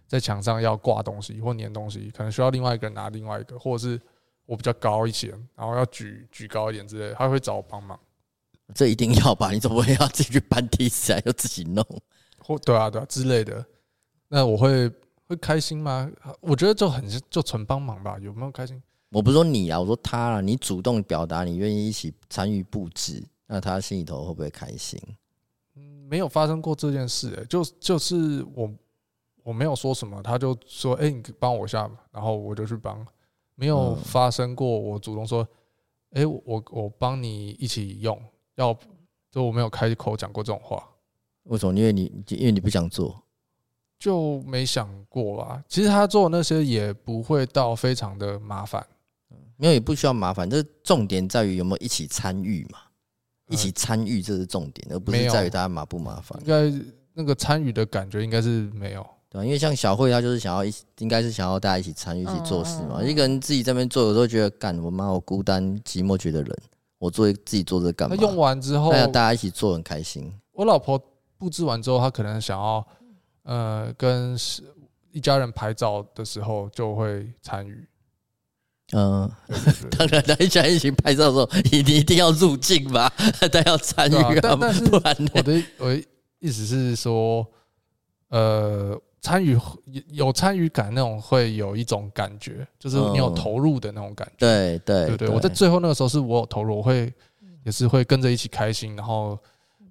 Speaker 1: 在墙上要挂东西或粘东西，可能需要另外一个人拿另外一个，或者是我比较高一些，然后要举举高一点之类的，他会找我帮忙。
Speaker 2: 这一定要吧？你总不会要自己去搬梯子啊，又自己弄？
Speaker 1: 或对啊对啊之类的，那我会会开心吗？我觉得就很就纯帮忙吧，有没有开心？
Speaker 2: 我不是说你啊，我说他啊，你主动表达你愿意一起参与布置，那他心里头会不会开心？
Speaker 1: 嗯，没有发生过这件事、欸，就就是我我没有说什么，他就说哎、欸你帮我一下吧，然后我就去帮，没有
Speaker 2: 嗯
Speaker 1: 发生过我主动说哎、欸我我帮你一起用，要就我没有开口讲过这种话，
Speaker 2: 为什么？因为你因为你不想做，
Speaker 1: 就没想过吧。其实他做的那些也不会到非常的麻烦，
Speaker 2: 没有也不需要麻烦。这重点在于有没有一起参与嘛？一起参与这是重点，而不
Speaker 1: 呃没
Speaker 2: 是
Speaker 1: 有
Speaker 2: 在于大家麻不麻烦
Speaker 1: 呃应，该那个参与的感觉应该是没有。
Speaker 2: 对啊吧？因为像小慧，她就是想要一起，应该是想要大家一起参与一起做事嘛。
Speaker 4: 嗯嗯嗯
Speaker 2: 一个人自己在那边做，有时候觉得干我妈我孤单寂寞觉得冷，我做自己做这干
Speaker 1: 他
Speaker 2: 嘛？
Speaker 1: 用完之后
Speaker 2: 大，家大家一起做很开心，
Speaker 1: 我老婆布置完之后，她可能想要呃跟是一家人拍照的时候就会参与。
Speaker 2: 嗯、
Speaker 1: 对对对
Speaker 2: 当然， 大家一起拍照的时候，你你一定要入境吧，但要参与
Speaker 1: 对啊
Speaker 2: 啊，
Speaker 1: 但但是
Speaker 2: 不然呢
Speaker 1: 我的我的意思是说，呃，参与有有参与感那种会有一种感觉，就是你有
Speaker 2: 嗯
Speaker 1: 投入的那种感觉。
Speaker 2: 对嗯对嗯
Speaker 1: 对对，我在最后那个时候是我有投入，我会也是会跟着一起开心，然后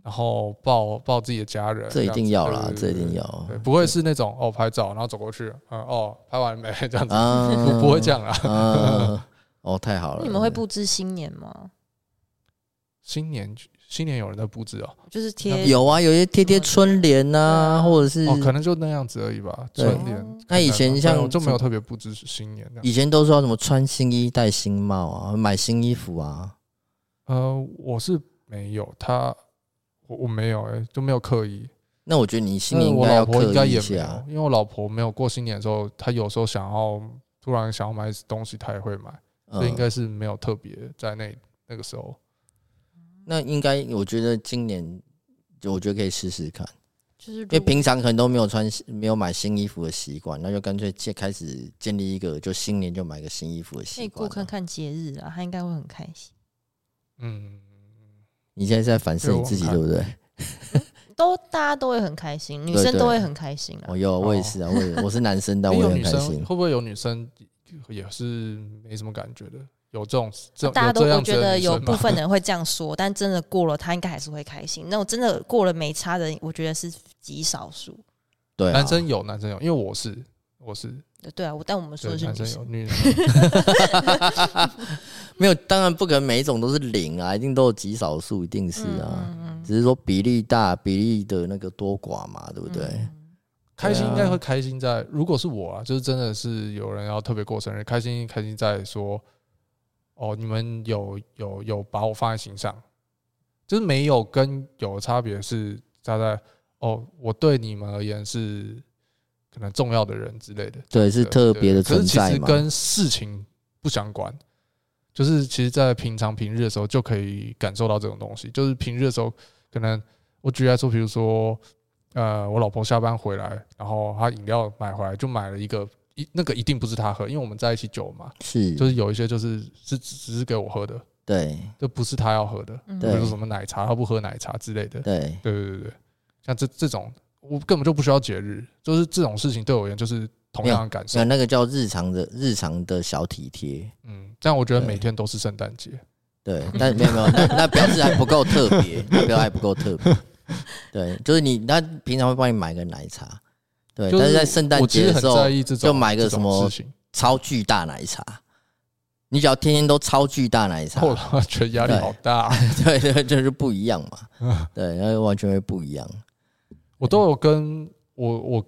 Speaker 1: 然后抱抱自己的家人样子。
Speaker 2: 这一定要啦
Speaker 1: 对，对
Speaker 2: 这一
Speaker 1: 对
Speaker 2: 定要
Speaker 1: 对，不会是那种哦拍照，然后走过去，嗯哦拍完没这样子，
Speaker 2: 啊
Speaker 1: 不不会这样啦。
Speaker 2: 啊。哦，太好
Speaker 4: 那
Speaker 2: 了！
Speaker 4: 你们会布置新年吗？
Speaker 1: 新年新年有人在布置哦，
Speaker 4: 就是贴
Speaker 2: 有啊？有些贴贴春联呐、
Speaker 4: 对啊
Speaker 2: 或者是、
Speaker 1: 哦可能就那样子而已吧。
Speaker 2: 嗯对
Speaker 1: 春联
Speaker 4: 哦
Speaker 1: 可能吧
Speaker 2: 那以前
Speaker 1: 对啊
Speaker 2: 像
Speaker 1: 我就没有特别布置新年这样。
Speaker 2: 以前都说要什么穿新衣、戴新帽啊，买新衣服啊。
Speaker 1: 呃，我是没有，他我我没有哎，就没有刻意。
Speaker 2: 那我觉得你心里
Speaker 1: 那
Speaker 2: 应
Speaker 1: 嗯我
Speaker 2: 该
Speaker 1: 老
Speaker 2: 要
Speaker 1: 婆
Speaker 2: 刻
Speaker 1: 应该
Speaker 2: 意
Speaker 1: 也
Speaker 2: 一
Speaker 1: 没
Speaker 2: 下
Speaker 1: 有，，因为我老婆没有过新年的时候，她有时候想要突然想要买东西，她也会买，
Speaker 2: 嗯
Speaker 1: 所以应该是没有特别在那那个时候。
Speaker 2: 那应该，我觉得今年，我觉得可以试试看，
Speaker 4: 就是如
Speaker 2: 因为平常可能都没有穿、没有买新衣服的习惯，那就干脆建开始建立一个，就新年就买个新衣服的
Speaker 4: 可以
Speaker 2: 习
Speaker 4: 过
Speaker 2: 惯
Speaker 4: 看
Speaker 2: 啊。
Speaker 4: 看节日啊，他应该会很开心。
Speaker 1: 嗯，
Speaker 2: 你现在是在反思你自己，
Speaker 1: 对
Speaker 2: 对
Speaker 1: 我
Speaker 2: 不对？
Speaker 4: 都大家都会很开心，女
Speaker 2: 对
Speaker 4: 生
Speaker 2: 对
Speaker 4: 都会很开心啊
Speaker 1: 哦
Speaker 2: 我。有，我也是啊，我也我是男生，但
Speaker 1: 诶
Speaker 2: 我也
Speaker 1: 有
Speaker 2: 很
Speaker 1: 女
Speaker 2: 开
Speaker 1: 生
Speaker 2: 心。
Speaker 1: 会不会有女生也是没什么感觉的？有这种这
Speaker 4: 大家都
Speaker 1: 有这
Speaker 4: 我
Speaker 1: 样子
Speaker 4: 觉
Speaker 1: 的
Speaker 4: 得
Speaker 1: 女
Speaker 4: 有
Speaker 1: 生
Speaker 4: 部
Speaker 1: 吗
Speaker 4: 分人会这样说，但真的过了，他应该还是会开心。那我真的过了没差的，我觉得是极少数。
Speaker 2: 对啊，
Speaker 1: 男生有，男生有，因为我是我是
Speaker 4: 对啊，我但我们说
Speaker 1: 对
Speaker 4: 的是
Speaker 1: 男
Speaker 4: 女
Speaker 1: 生有女
Speaker 4: 生，
Speaker 2: 没有，当然不可能每一种都是零啊，一定都有极少数，一定是啊，
Speaker 4: 嗯
Speaker 2: 只是说比例大，比例的那个多寡嘛，对不对？
Speaker 4: 嗯
Speaker 1: 开心应该会开心在，如果是我啊，就是真的是有人要特别过生日，开心开心在说哦，你们有有有把我放在心上，就是没有跟有的差别是差在哦，我对你们而言是可能重要的人之类的，
Speaker 2: 对，是
Speaker 1: 对
Speaker 2: 特别的
Speaker 1: 对可
Speaker 2: 存
Speaker 1: 是其
Speaker 2: 在
Speaker 1: 实
Speaker 2: 嘛。
Speaker 1: 跟事情不相关，就是其实，在平常平日的时候就可以感受到这种东西。就是平日的时候，可能我举例来说，比如说，呃，我老婆下班回来，然后她饮料买回来，就买了一个一那个一定不是她喝，因为我们在一起久嘛，
Speaker 2: 是，
Speaker 1: 就是有一些就是是只只是给我喝的，
Speaker 2: 对
Speaker 1: 就不是她要喝的，
Speaker 4: 嗯
Speaker 1: 比
Speaker 2: 对
Speaker 1: 如说什么奶茶，她不喝奶茶之类的。
Speaker 2: 对，
Speaker 1: 对对对对，像这这种我根本就不需要节日，就是这种事情对我而言就是同样的感受
Speaker 2: 那。那个叫日常的日常的小体贴，
Speaker 1: 嗯，这样我觉得
Speaker 2: 对
Speaker 1: 每天都是圣诞节。
Speaker 2: 对，但没有没有，那那表示还不够特别，那表示还不够特别。对，就是你他平常会帮你买个奶茶，对，
Speaker 1: 就
Speaker 2: 但是在圣诞
Speaker 1: 我其实
Speaker 2: 节的
Speaker 1: 很
Speaker 2: 时候
Speaker 1: 在，意这种
Speaker 2: 就买个什么
Speaker 1: 这种事情，
Speaker 2: 超巨大奶茶，你只要天天都超巨大奶茶，
Speaker 1: 我他妈觉得压力好大。
Speaker 2: 对对，就是不一样嘛，对，那就完全会不一样。
Speaker 1: 我都有跟我我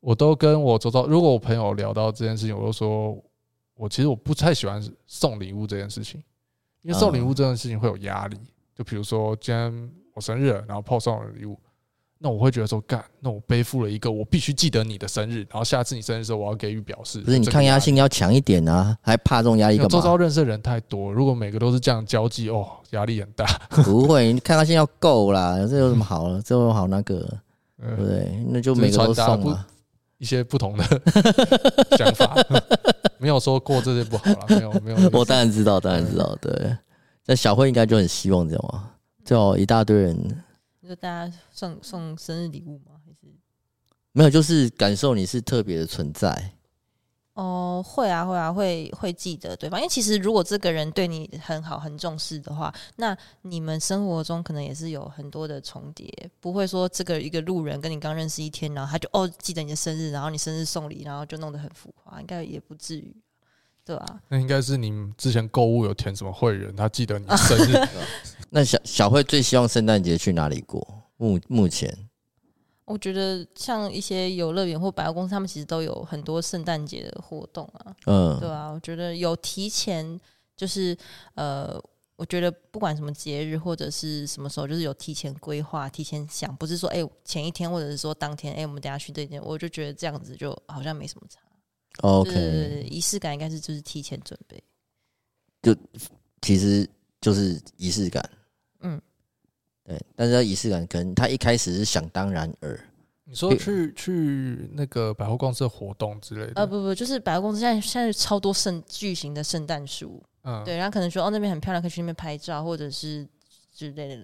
Speaker 1: 我都跟我周遭，如果我朋友聊到这件事情，我都说我其实我不太喜欢送礼物这件事情，因为送礼物
Speaker 2: 嗯
Speaker 1: 这件事情会有压力。就比如说今天我生日了，然后炮送了礼物，那我会觉得说干，那我背负了一个我必须记得你的生日，然后下次你生日的时候我要给予表示。
Speaker 2: 不是你
Speaker 1: 这个
Speaker 2: 抗
Speaker 1: 压
Speaker 2: 压
Speaker 1: 力，
Speaker 2: 性要强一点啊，还怕这种压力
Speaker 1: 因为
Speaker 2: 干
Speaker 1: 周遭
Speaker 2: 嘛？
Speaker 1: 认识的人太多，如果每个都是这样交际，哦，压力很大。
Speaker 2: 不会，你抗压性要够啦，这有什么好？这有什么好那个？对不
Speaker 1: 嗯，
Speaker 2: 对？那就每个都送啊嘛。
Speaker 1: 一些不同的 想法， 没有说过这些不好啦，没有没有。
Speaker 2: 我当然知道，当然知道，对。但小慧应该就很希望这样啊，最好一大堆人
Speaker 4: 你说大家送送生日礼物吗？还是
Speaker 2: 没有，就是感受你是特别的存在。
Speaker 4: 哦，会啊，会啊，会会记得对方，因为其实如果这个人对你很好、很重视的话，那你们生活中可能也是有很多的重叠，不会说这个一个路人跟你刚认识一天，然后他就哦记得你的生日，然后你生日送礼，然后就弄得很浮夸，应该也不至于，对吧、
Speaker 1: 那应该是你们之前购物有填什么会员，他记得你生日，
Speaker 2: 那小小慧最希望圣诞节去哪里过？目目前
Speaker 4: 我觉得像一些游乐园或百货公司，他们其实都有很多圣诞节的活动啊。
Speaker 2: 嗯，
Speaker 4: 对啊，我觉得有提前就是呃，我觉得不管什么节日或者是什么时候，就是有提前规划、提前想，不是说哎、前一天或者是说当天哎、我们等一下去这间，我就觉得这样子就好像没什么差。对对对
Speaker 2: OK，
Speaker 4: 对仪式感应该是就是提前准备。
Speaker 2: 其实就是仪式感。
Speaker 4: 嗯，
Speaker 2: 对，但是要仪式感，可能他一开始是想当然尔，
Speaker 1: 你说去去那个百货公司的活动之类的，
Speaker 4: 呃，不不，就是百货公司现在现在超多圣巨型的圣诞树，
Speaker 1: 嗯，
Speaker 4: 对，然后可能说哦那边很漂亮，可以去那边拍照，或者是之类的，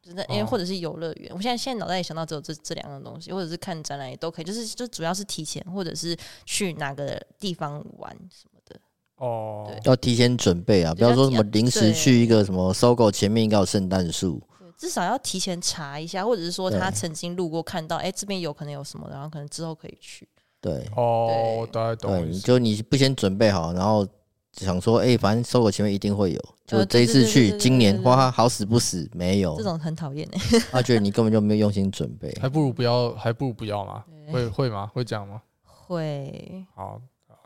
Speaker 4: 真的，
Speaker 2: 嗯
Speaker 4: 因为
Speaker 1: 哦
Speaker 4: 或者是游乐园。我现在现在脑袋里想到只有这这两样东西，或者是看展览也都可以，就是就主要是提前，或者是去哪个地方玩什么的。
Speaker 1: 哦，
Speaker 4: 对
Speaker 2: 要提前准备啊，
Speaker 4: 对
Speaker 2: 不要说
Speaker 4: 要
Speaker 2: 什
Speaker 4: 提
Speaker 2: 么临时
Speaker 4: 对
Speaker 2: 去一个什么搜狗前面应该有圣诞树，
Speaker 4: 对，至少要提前查一下，或者是说他
Speaker 2: 对
Speaker 4: 曾经路过看到，哎，这边有可能有什么，然后可能之后可以去。
Speaker 2: 对，
Speaker 1: 哦，我大概
Speaker 2: 对，
Speaker 1: 懂意
Speaker 2: 你
Speaker 1: 思。
Speaker 2: 就你不先准备好，然后想说，哎、反正搜狗前面一定会有，就
Speaker 4: 呃
Speaker 2: 这一
Speaker 4: 对
Speaker 2: 次
Speaker 4: 对对对
Speaker 2: 去，
Speaker 4: 对
Speaker 2: 今年
Speaker 4: 对对
Speaker 2: 哇，好死不死没有
Speaker 4: 这，种很讨厌哎、
Speaker 2: 他觉得你根本就没有用心准 备。
Speaker 1: 还不如不要，还不如不要嘛，
Speaker 4: 对
Speaker 1: 会会吗？会这样吗？
Speaker 4: 会
Speaker 1: 好，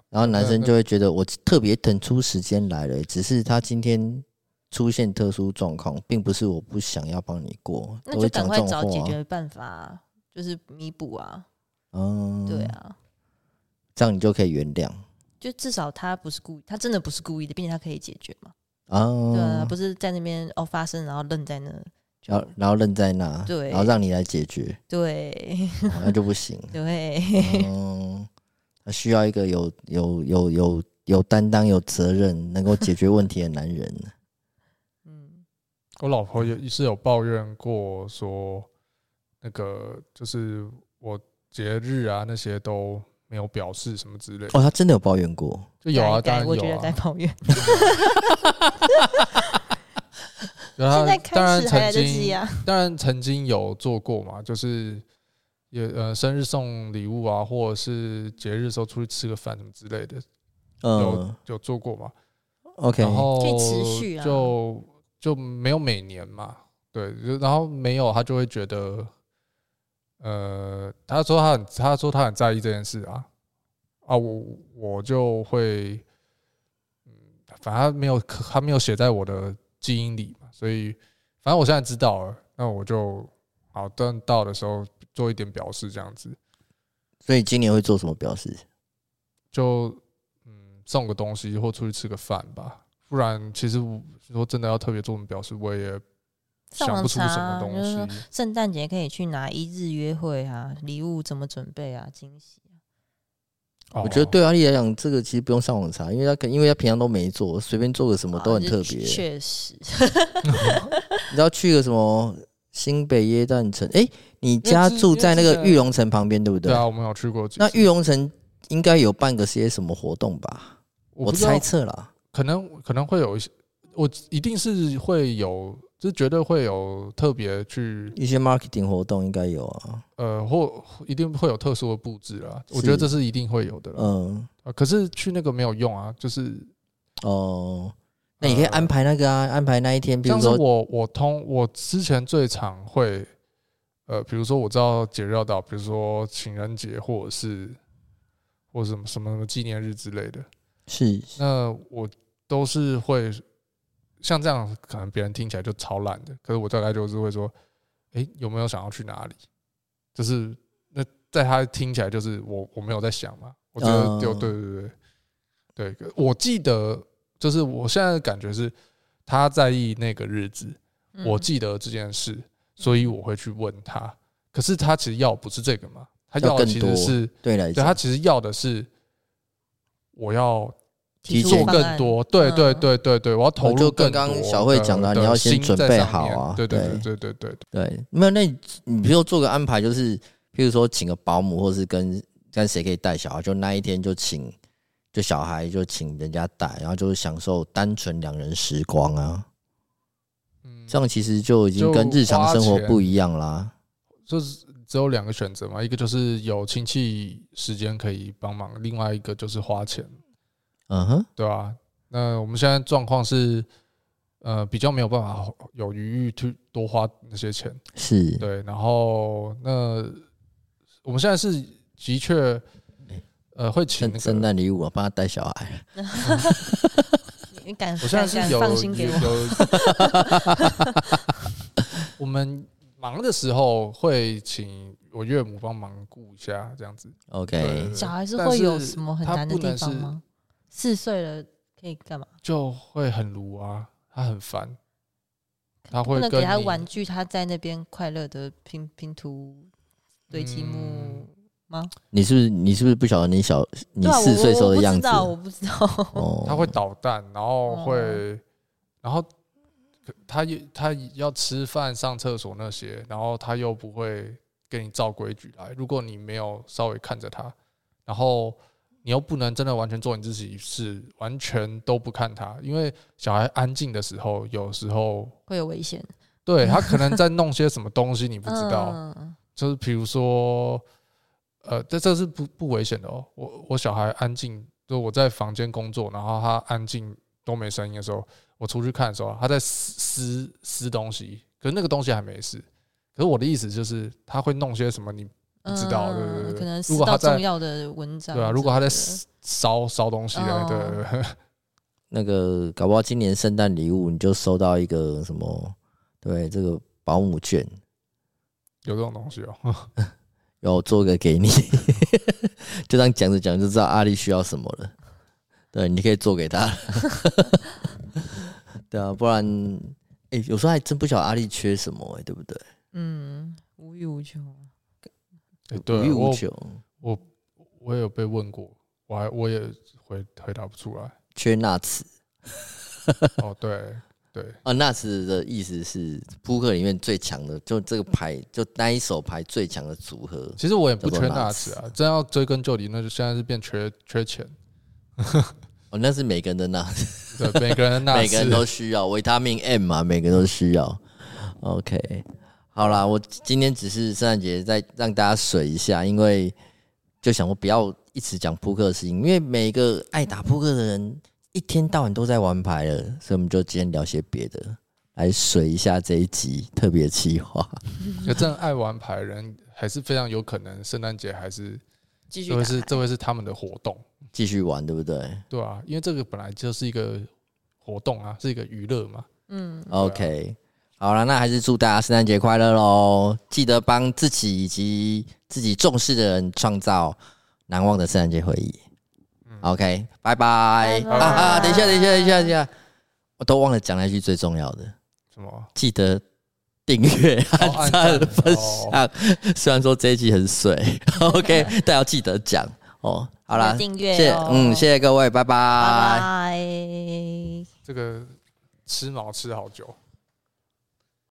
Speaker 2: 然后男生就会觉得我特别腾出时间来了，只是他今天出现特殊状况，并不是我不想要帮你过，
Speaker 4: 那
Speaker 2: 都
Speaker 4: 就
Speaker 2: 会
Speaker 4: 赶
Speaker 2: 讲
Speaker 4: 快
Speaker 2: 这种
Speaker 4: 找解
Speaker 2: 话
Speaker 4: 决。办法啊、就是弥补啊，
Speaker 2: 嗯，
Speaker 4: 对，啊。
Speaker 2: 这样你就可以原谅
Speaker 4: 就至少他不是故意，他真的不是故意的，并且他可以解决嘛。对啊，
Speaker 1: 嗯
Speaker 2: 啊。
Speaker 4: 不是在那边哦发生，然后愣在那，就
Speaker 2: 然后，然后愣在那，
Speaker 4: 对
Speaker 2: 然后让你来解决，
Speaker 4: 对
Speaker 2: 哦那就不行。
Speaker 4: 对，
Speaker 2: 嗯，他需要一个有有有有有担当、有责任、能够解决问题的男人。
Speaker 4: 嗯，
Speaker 1: 我老婆也是有抱怨过说，那个就是我节日啊那些都没有表示什么之类的，
Speaker 2: 哦，他真的有抱怨过，
Speaker 1: 就有啊，当
Speaker 4: 改改
Speaker 1: 然
Speaker 4: 我觉
Speaker 1: 有
Speaker 4: 得
Speaker 1: 啊
Speaker 4: 在。抱怨，
Speaker 1: 对啊
Speaker 4: 现在
Speaker 1: 当
Speaker 4: 开
Speaker 1: 然
Speaker 4: 始还来
Speaker 1: 曾
Speaker 4: 得及
Speaker 1: 经，
Speaker 4: 啊。
Speaker 1: 当然曾经有做过嘛，就是也呃生日送礼物啊，或者是节日的时候出去吃个饭什么之类的，
Speaker 2: 嗯
Speaker 1: 有做过嘛。
Speaker 2: ，OK，
Speaker 1: 然后
Speaker 4: 可以持续啊
Speaker 1: 就就没有每年嘛，对，就然后没有他就会觉得，呃，他说他很他说他很在意这件事啊，啊，我我就会，嗯，反正他没有刻他没有写在我的基因里嘛，所以反正我现在知道了，那我就好，等到的时候做一点表示，这样子
Speaker 2: 所以今年会做什么表示？
Speaker 1: 就嗯送个东西或出去吃个饭吧。不然，其实我说真的要特别做什么表示，我也想
Speaker 4: 上网
Speaker 1: 不出
Speaker 4: 查
Speaker 1: 什么
Speaker 4: 啊，就是说
Speaker 1: 东西。
Speaker 4: 圣诞节可以去哪一日约会啊？礼物怎么准备啊？惊喜啊
Speaker 1: 哦
Speaker 2: 我觉得对阿丽来讲，这个其实不用上网查，因为他可因为他平常都没做，随便做个什么都很
Speaker 4: 这
Speaker 2: 特别。你
Speaker 4: 哦确实，
Speaker 2: 知道去个什么新北耶诞城？哎、你你家住在那个玉龙城旁边，对不对？
Speaker 1: 对啊，我们有去过几次。
Speaker 2: 那玉龙城应该有办个些什么活动吧？
Speaker 1: 我
Speaker 2: 我
Speaker 1: 不知道
Speaker 2: 猜测啦。
Speaker 1: 可能可能会有一些，我一定是会有，就是绝对会有特别去
Speaker 2: 一些 marketing 活动应该有啊，
Speaker 1: 呃，或一定会有特殊的布置啦。我
Speaker 2: 是
Speaker 1: 觉得这是一定会有的啦。
Speaker 2: 嗯，
Speaker 1: 啊可是去那个没有用啊，就是
Speaker 2: 哦，那你可以安排那个啊，安排那一天，比如
Speaker 1: 呃像是
Speaker 2: 说，
Speaker 1: 我我通我之前最常会，呃，比如说我知道节日要到，比如说情人节或者是或者什么什么什么纪念日之类的，
Speaker 2: 是
Speaker 1: 那我都是会像这样，可能别人听起来就超烂的，可是我大概就是会说，诶，有没有想要去哪里？就是那在他听起来就是我我没有在想嘛，我觉得
Speaker 2: 嗯
Speaker 1: 就对对对对，对，我记得就是我现在的感觉是他在意那个日子，
Speaker 4: 嗯
Speaker 1: 我记得这件事，所以我会去问他。可是他其实要不是这个嘛，他
Speaker 2: 要
Speaker 1: 要的
Speaker 2: 更
Speaker 1: 其
Speaker 2: 多
Speaker 1: 实是
Speaker 2: 对来
Speaker 1: 对他
Speaker 2: 讲，
Speaker 1: 其实要的是我要
Speaker 2: 提
Speaker 4: 出
Speaker 2: 前
Speaker 1: 做
Speaker 4: 方
Speaker 1: 更
Speaker 4: 案
Speaker 1: 多，对对
Speaker 4: 嗯
Speaker 1: 对对对，我要投
Speaker 2: 就
Speaker 1: 入
Speaker 2: 跟
Speaker 1: 更多。
Speaker 2: 刚刚小慧讲的啊你要先
Speaker 1: 心
Speaker 2: 准
Speaker 1: 在
Speaker 2: 备
Speaker 1: 上
Speaker 2: 好
Speaker 1: 面
Speaker 2: 啊
Speaker 1: 对对
Speaker 2: 对
Speaker 1: 对对对对对，
Speaker 2: 对，没有，那你你比如做个安排，就是譬如说请个保姆，或是跟跟谁可以带小孩，就那一天就请，就小孩就请人家带，然后就是享受单纯两人时光啊，
Speaker 1: 嗯，
Speaker 2: 这样其实就已经跟日常生活不一样啦。
Speaker 1: 就是只有两个选择嘛，一个就是有亲戚时间可以帮忙，另外一个就是花钱，
Speaker 2: 嗯哼，
Speaker 1: 对吧、那我们现在状况是，呃，比较没有办法有余裕去多花那些钱，
Speaker 2: 是
Speaker 1: 对，然后那我们现在是的确，呃，会请
Speaker 2: 圣
Speaker 1: 那
Speaker 2: 圣
Speaker 1: 个。
Speaker 2: 诞礼物啊，帮他带小孩，
Speaker 4: 你敢
Speaker 1: 我现在
Speaker 4: 敢
Speaker 1: 是
Speaker 4: 敢
Speaker 1: 有
Speaker 4: 放心给
Speaker 1: 有
Speaker 4: 我？
Speaker 1: 有 我们忙的时候会请我岳母帮忙顾一下，这样子。对
Speaker 2: OK，
Speaker 1: 对
Speaker 4: 小孩子
Speaker 1: 但
Speaker 4: 会有
Speaker 1: 是
Speaker 4: 什么很
Speaker 1: 他
Speaker 4: 难的
Speaker 1: 不
Speaker 4: 地
Speaker 1: 能
Speaker 4: 方
Speaker 1: 是
Speaker 4: 吗？四岁了可以干嘛？
Speaker 1: 就会很鲁啊，他很烦，他
Speaker 4: 不
Speaker 1: 会
Speaker 4: 能
Speaker 1: 跟
Speaker 4: 给他
Speaker 1: 你
Speaker 4: 玩具，他在那边快乐的拼拼图、堆积木
Speaker 1: 嗯
Speaker 4: 吗？
Speaker 2: 你是不是你是不是不晓得你小你
Speaker 4: 对啊我
Speaker 2: 四岁时候的样子？
Speaker 4: 我我不知道，我不知道。
Speaker 2: 哦
Speaker 1: 他会捣蛋，然后会，
Speaker 4: 哦
Speaker 1: 然后他也他要吃饭、上厕所那些，然后他又不会给你照规矩来。如果你没有稍微看着他，然后你又不能真的完全做你自己是完全都不看他，因为小孩安静的时候，有时候
Speaker 4: 会有危险，
Speaker 1: 对他可能在弄些什么东西，你不知道。
Speaker 4: 嗯
Speaker 1: 就是比如说，呃，这这是不不危险的哦。我我小孩安静，就我在房间工作，然后他安静都没声音的时候，我出去看的时候，他在撕撕撕东西，可是那个东西还没事。可是我的意思就是，他会弄些什么你不知道对对
Speaker 4: 嗯
Speaker 1: 对对
Speaker 4: 可能
Speaker 1: 如
Speaker 4: 撕
Speaker 1: 果
Speaker 4: 到
Speaker 1: 他在
Speaker 4: 重要的文章之类的。
Speaker 1: 对啊？如果他在撕烧烧东西
Speaker 4: 哦
Speaker 1: 的，对对对，
Speaker 2: 那个搞不好今年圣诞礼物你就收到一个什么？对，这个保姆券
Speaker 1: 有这种东西哦。
Speaker 2: 要做个给你， 就这样讲着讲就知道阿丽需要什么了。对，你可以做给他。 对啊，不然哎、有时候还真不晓得阿丽缺什么、哎，对不对？
Speaker 4: 嗯无欲无求，
Speaker 1: 诶对
Speaker 2: 欸无欲
Speaker 1: 啊，
Speaker 2: 无
Speaker 1: 我
Speaker 2: 求，
Speaker 1: 我也有被问过，我还我也回回答不出来。
Speaker 2: 缺钠词
Speaker 1: 哦，对对，
Speaker 2: 啊，钠词的意思是扑克里面最强的，就这个牌，就那一手牌最强的组合。
Speaker 1: 其实我也不
Speaker 2: 叫
Speaker 1: 缺
Speaker 2: 做
Speaker 1: 大
Speaker 2: nuts
Speaker 1: 词啊，真要追根究底，那就现在是变缺缺钱。
Speaker 2: 哦，那是每个人的钠
Speaker 1: 对，每个人的那
Speaker 2: 每个人都需要维他命 M 嘛，每个人都需要。OK，好啦，我今天只是圣诞节再让大家水一下，因为就想说不要一直讲扑克的事情，因为每个爱打扑克的人一天到晚都在玩牌了，所以我们就今天聊些别的，来水一下这一集特别企划。
Speaker 1: 可真的爱玩牌的人，还是非常有可能圣诞节还是
Speaker 4: 继续
Speaker 1: 这
Speaker 4: 打
Speaker 1: 会是这会是他们的活动，
Speaker 2: 继续玩，对不对
Speaker 1: 对啊，因为这个本来就是一个活动啊，是一个娱乐嘛。
Speaker 4: 嗯，
Speaker 2: ？OK，好了，那还是祝大家圣诞节快乐喽！记得帮自己以及自己重视的人创造难忘的圣诞节回忆。OK，拜拜
Speaker 4: 嗯拜
Speaker 2: 啊
Speaker 4: 拜
Speaker 2: 啊！等一下，等一下，等一下，等一下，我都忘了讲那句最重要的，
Speaker 1: 什 么？
Speaker 2: 记得订阅、按
Speaker 1: 按
Speaker 2: 赞、
Speaker 1: 赞
Speaker 2: 分
Speaker 4: 哦
Speaker 2: 享。虽然说这一集很水，OK，但要 记得讲哦。好啦，
Speaker 4: 订
Speaker 2: 谢
Speaker 4: 阅
Speaker 2: 谢，
Speaker 4: 哦，
Speaker 2: 嗯，谢谢各位，拜
Speaker 4: 拜
Speaker 2: 拜
Speaker 4: 拜。
Speaker 1: 这个吃毛吃好久。